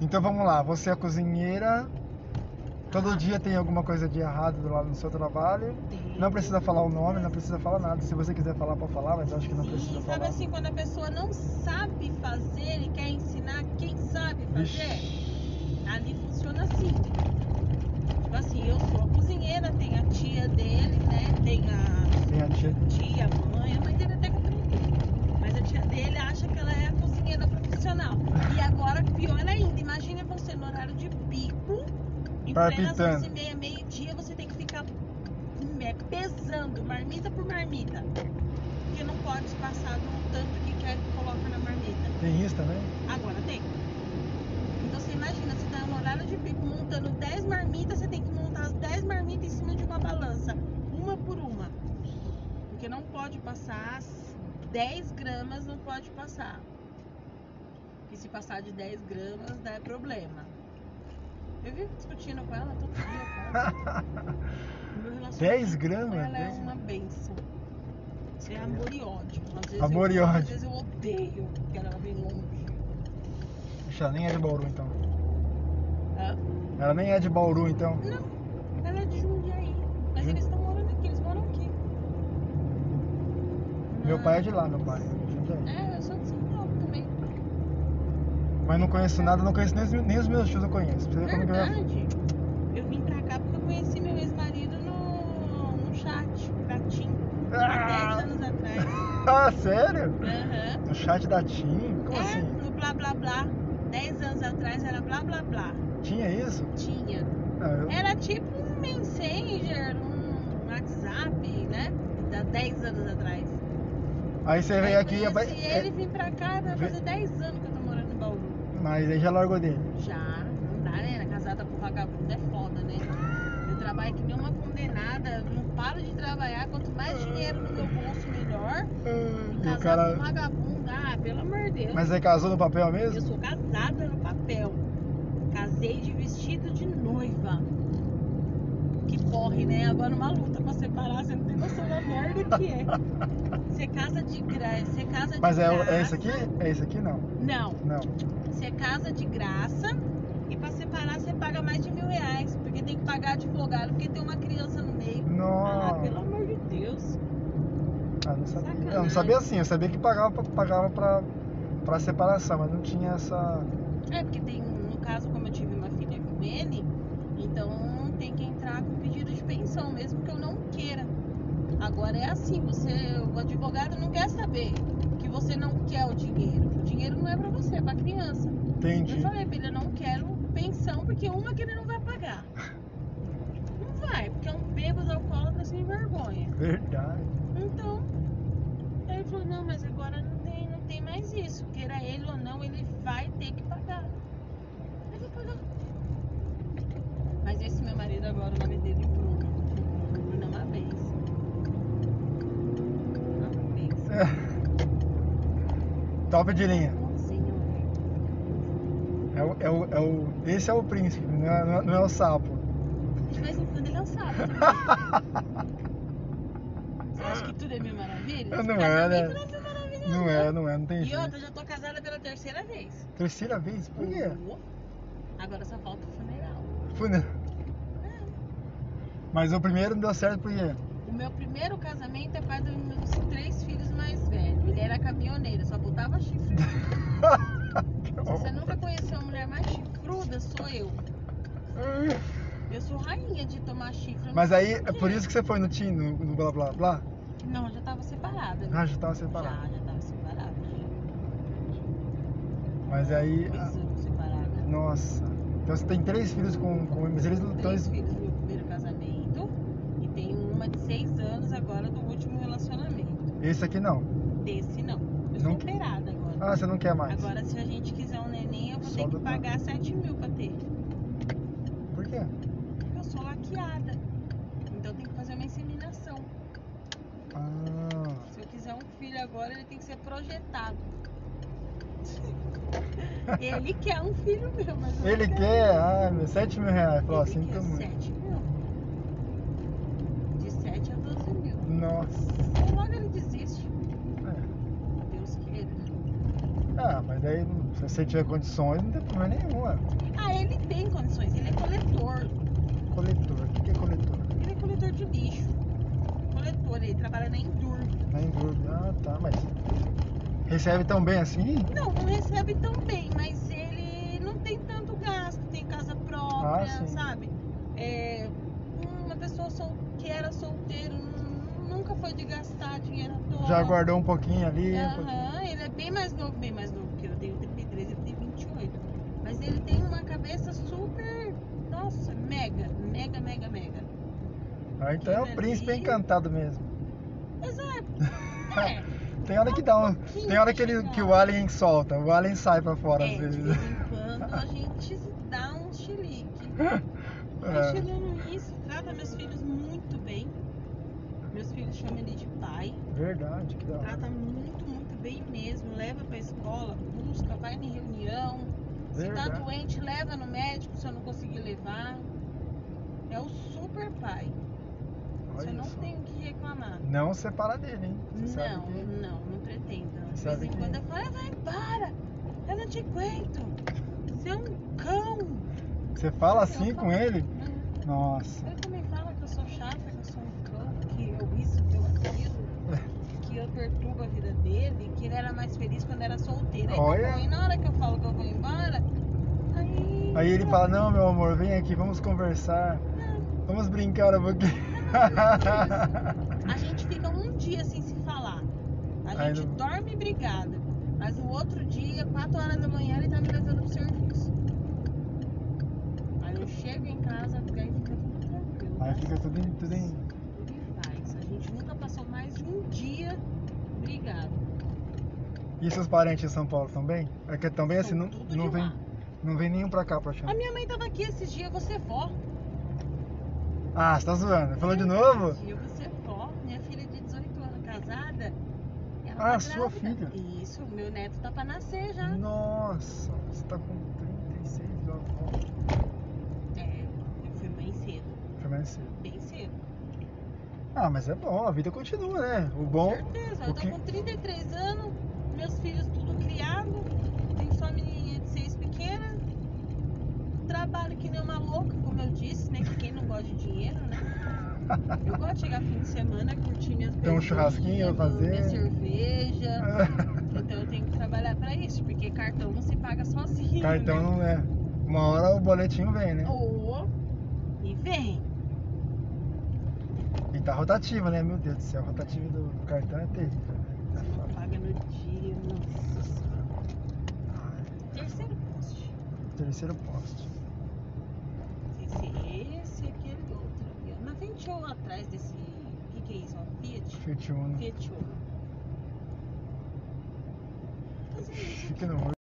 Então vamos lá, você é cozinheira, todo dia tem alguma coisa de errado do lado do seu trabalho. Tem. Não precisa falar o nome, não precisa falar nada. Se você quiser falar, pode falar, mas acho que não Sim, precisa Sabe falar. assim, quando a pessoa não sabe fazer e quer ensinar quem sabe fazer, ali funciona assim. Tipo assim, eu sou a cozinheira, tem a tia dele, né? Tem a Tem a tia. tia, a mãe, a mãe dele até que eu tranquila. Mas a tia dele acha que ela é a cozinheira profissional. E agora, pior ainda, imagina você no horário de pico, em plena Palpitando. seis e meia, meio-dia, você tem que ficar é, pesando marmita por marmita. Porque não pode passar do tanto que quer que coloca na marmita. Tem isso também? Agora tem. Então você imagina, você tá no horário de pico montando 10 marmitas, você tem que montar as 10 marmitas em cima de uma balança, uma por uma. Porque não pode passar as 10 gramas, não pode passar. E se passar de 10 gramas, dá problema. Eu vivo discutindo com ela todo dia, cara. Meu relacionamento 10 gramas? com Ela é 10 uma benção. É amor e ódio. Às vezes Amor eu, e ódio. Às vezes eu odeio, porque ela vem longe. Ixi, ela nem é de Bauru então. Hã? Ela nem é de Bauru então. Não, ela é de Jundiaí. Mas Ju- eles estão morando aqui, eles moram aqui. Meu pai é de lá, meu pai. Jundiaí. É, eu sou de São Paulo também. Mas não conheço nada, não conheço nem os, nem os meus tios eu conheço. Pra você ver como que eu ia- Verdade. Eu vim pra cá porque eu conheci meu ex-marido no, no chat, da Tim, há 10 anos atrás. Ah, sério? Aham. No chat da Tim? Como é, assim? no blá blá blá. 10 anos atrás era blá blá blá. Tinha isso? Tinha. Ah, eu- Era tipo um Messenger, um WhatsA,p né? Há 10 anos atrás. Aí você veio Aí aqui e ia- conheci é- ele vim pra cá, vai Vê- fazer 10 anos que eu tô morando em Bauru. Mas aí já largou dele. Já, não dá, né? Casada com vagabundo é foda, né? Eu trabalho que nem uma condenada, não paro de trabalhar. Quanto mais dinheiro no meu bolso, melhor. E E o casada cara. Hum, com um vagabundo, ah, pelo amor de Deus. Mas aí casou no papel mesmo? Eu sou casada no papel. Casei de vestido de noiva. Que corre, né? Agora uma luta pra separar, você não tem noção da merda que é. Você casa de graça. Você casa de Mas é, graça. é esse aqui? É esse aqui não? Não. Não. Você casa de graça e pra separar você paga mais de mil reais. Porque tem que pagar advogado, porque tem uma criança no meio. Ah, pelo Não. amor de Deus. Ah, não sabia. Sacanagem. Eu não sabia assim, eu sabia que pagava, pra- pagava pra, pra separação, mas não tinha essa. É, porque tem, no caso, como eu tive uma filha com ele, então tem que entrar com pedido de pensão, mesmo que eu não queira. Agora é assim, você, o advogado não quer saber que você não quer o dinheiro. O dinheiro não é pra você, é pra criança. Eu Entendi. falei pra ele, eu não quero pensão, porque uma que ele não vai pagar. Não vai, porque é um bêbado alcoólatra sem vergonha. Verdade. Então, aí ele falou, não, mas agora não tem, não tem mais isso. Queira ele ou não, ele vai ter que pagar. Ele vai pagar. Mas esse meu marido agora, o nome dele é Bruca. O Bruno é uma vez. Uma vez. Top de linha. Senhor. É o, é o, é o, esse é o príncipe, não é, não é- não é o sapo. De vez em quando ele é um sábado. Você acha que tudo é mil maravilhas? Não é, Casamento né? Não é mil maravilhas. Não é, não é, não tem E jeito. outra, já tô casada pela terceira vez. Terceira vez? Por quê? Uhum. Agora só falta o funeral. É. Fune- Mas o primeiro não deu certo por quê? O meu primeiro casamento é pai dos meus três filhos mais velhos. Ele era caminhoneiro, só botava chifre. Se você nunca conheceu uma mulher mais chifruda, sou eu. Eu sou rainha de tomar chifre. eu não Mas sei aí, é porquê. por isso que você foi no Tim, no, no blá blá blá? Não, eu já tava separada. né? Ah, já tava separado. Já, já tava separada. já. Mas aí. Dois ah, anos separada. Nossa. Então você tem três filhos com. com mas eles não estão. Três filhos do meu primeiro casamento. E tem uma de seis anos agora do último relacionamento. Esse aqui não. Desse não. Eu Não sou que- operada agora. Ah, você não quer mais. Agora, se a gente quiser um neném, eu vou Só ter que adotar. pagar 7 mil pra ter. Por quê? Porque eu sou laqueada. Então tem que fazer uma inseminação. Ah. Se eu quiser um filho agora, ele tem que ser projetado. ele quer um filho meu, mas eu não Ele quero. quer. Ah, meu, 7 mil reais. Falou, ele assim quer sinto muito. 7 mil. De 7 a 12 mil. Nossa. É. Logo ele desiste. Deus queira. Ah, mas daí não- Se você tiver condições, não tem problema nenhum, é. ué. Ah, ele tem condições, ele é coletor. Coletor. O que que é coletor? Ele é coletor de lixo. Coletor, ele trabalha na Endur. Na Enduro. Ah, tá, mas. Recebe tão bem assim? Não, não recebe tão bem, mas ele não tem tanto gasto, tem casa Ah, própria, sim. sabe? É, uma pessoa sol, que era solteiro nu- nunca foi de gastar dinheiro à toa. Já guardou um pouquinho ali. um pouquinho. Aham, ele é bem mais novo, bem mais novo que eu. Eu tenho 33, ele tem 28. Mas ele tem uma cabeça super. Nossa, mega, mega, mega, mega. Ah, então é o Aquilo príncipe ali. encantado mesmo. Exato. É. Tem hora que dá um. pouquinho Tem hora que, ele, chegando. que o alien solta, o alien sai pra fora É, às de vezes. né? vez em quando a gente se dá um chilique. Mas É. chegando nisso, trata meus filhos muito bem. Meus filhos chamam ele de pai. Verdade, que da hora. Trata muito, muito bem mesmo. Leva pra escola, busca, vai em reunião. Se tá Verdade. doente, leva no médico se eu não conseguir levar. É o super pai. Isso eu Olha não só. tenho o que reclamar. Não separa dele, hein? Você Não, uhum. sabe que... não, não pretendo. De vez sabe em que- quando eu falo, "Ah, vai embora, eu não te aguento. Você é um cão. Você fala Não, assim eu com falo. ele? Nossa. Ele também fala que eu sou chata, que eu sou um cão, que eu isso, que eu aquilo, que eu perturbo a vida dele, que ele era mais feliz quando era solteiro. Aí eu Olha. vou- E na hora que eu falo que eu vou embora, aí. Aí ele fala, não, meu amor, vem aqui, vamos conversar. Não, Vamos brincar um pouquinho. A gente fica um dia sem se falar. A Aí gente não- dorme brigada. Mas o outro dia, 4 horas da manhã, ele tá me levando pro serviço. Aí eu chego em casa, daí fica tudo tranquilo. Aí né? fica tudo em, tudo em... Tudo em paz. A gente nunca passou mais de um dia brigado. E seus parentes em São Paulo também? É que também assim, não, São tudo não de vem, lá. não vem nenhum pra cá pra A chamar. minha mãe tava aqui esses dias, você é vó. Ah, você tá zoando. Falou de novo? Esses dias, você é vó. Minha filha de 18 anos, casada. ela Ah, tá sua grávida. Isso, meu neto tá pra nascer já. Nossa, você tá com 36 da avó. É, eu fui mãe cedo, Foi mais cedo. bem cedo. Ah, mas é bom, a vida continua, né? O bom. Certeza, o eu tô que- com 33 anos, meus filhos tudo criado. Tenho só a menininha de seis pequena. Trabalho que nem uma louca, como eu disse, né? Que quem não gosta de dinheiro, né? Eu gosto de chegar fim de semana, curtir minhas Tem um churrasquinho pra bebidas, Minha fazer. cerveja. Então eu tenho que trabalhar pra isso, porque cartão não se paga sozinho. Cartão né? não é. Uma hora o boletinho vem, né? Ou. E vem. Oh. E tá rotativa, né? Meu Deus do céu, a rotativa do, do cartão é terrível. né? Se É não foda. paga no dia, nossa senhora. Terceiro poste. Terceiro poste. Esse, esse e aquele outro. aqui, ó. Na frente ou um atrás desse. O que, que é isso? Uma Fiat? um. Fiat Uno. Fiat Uno. Mas é isso. Fique no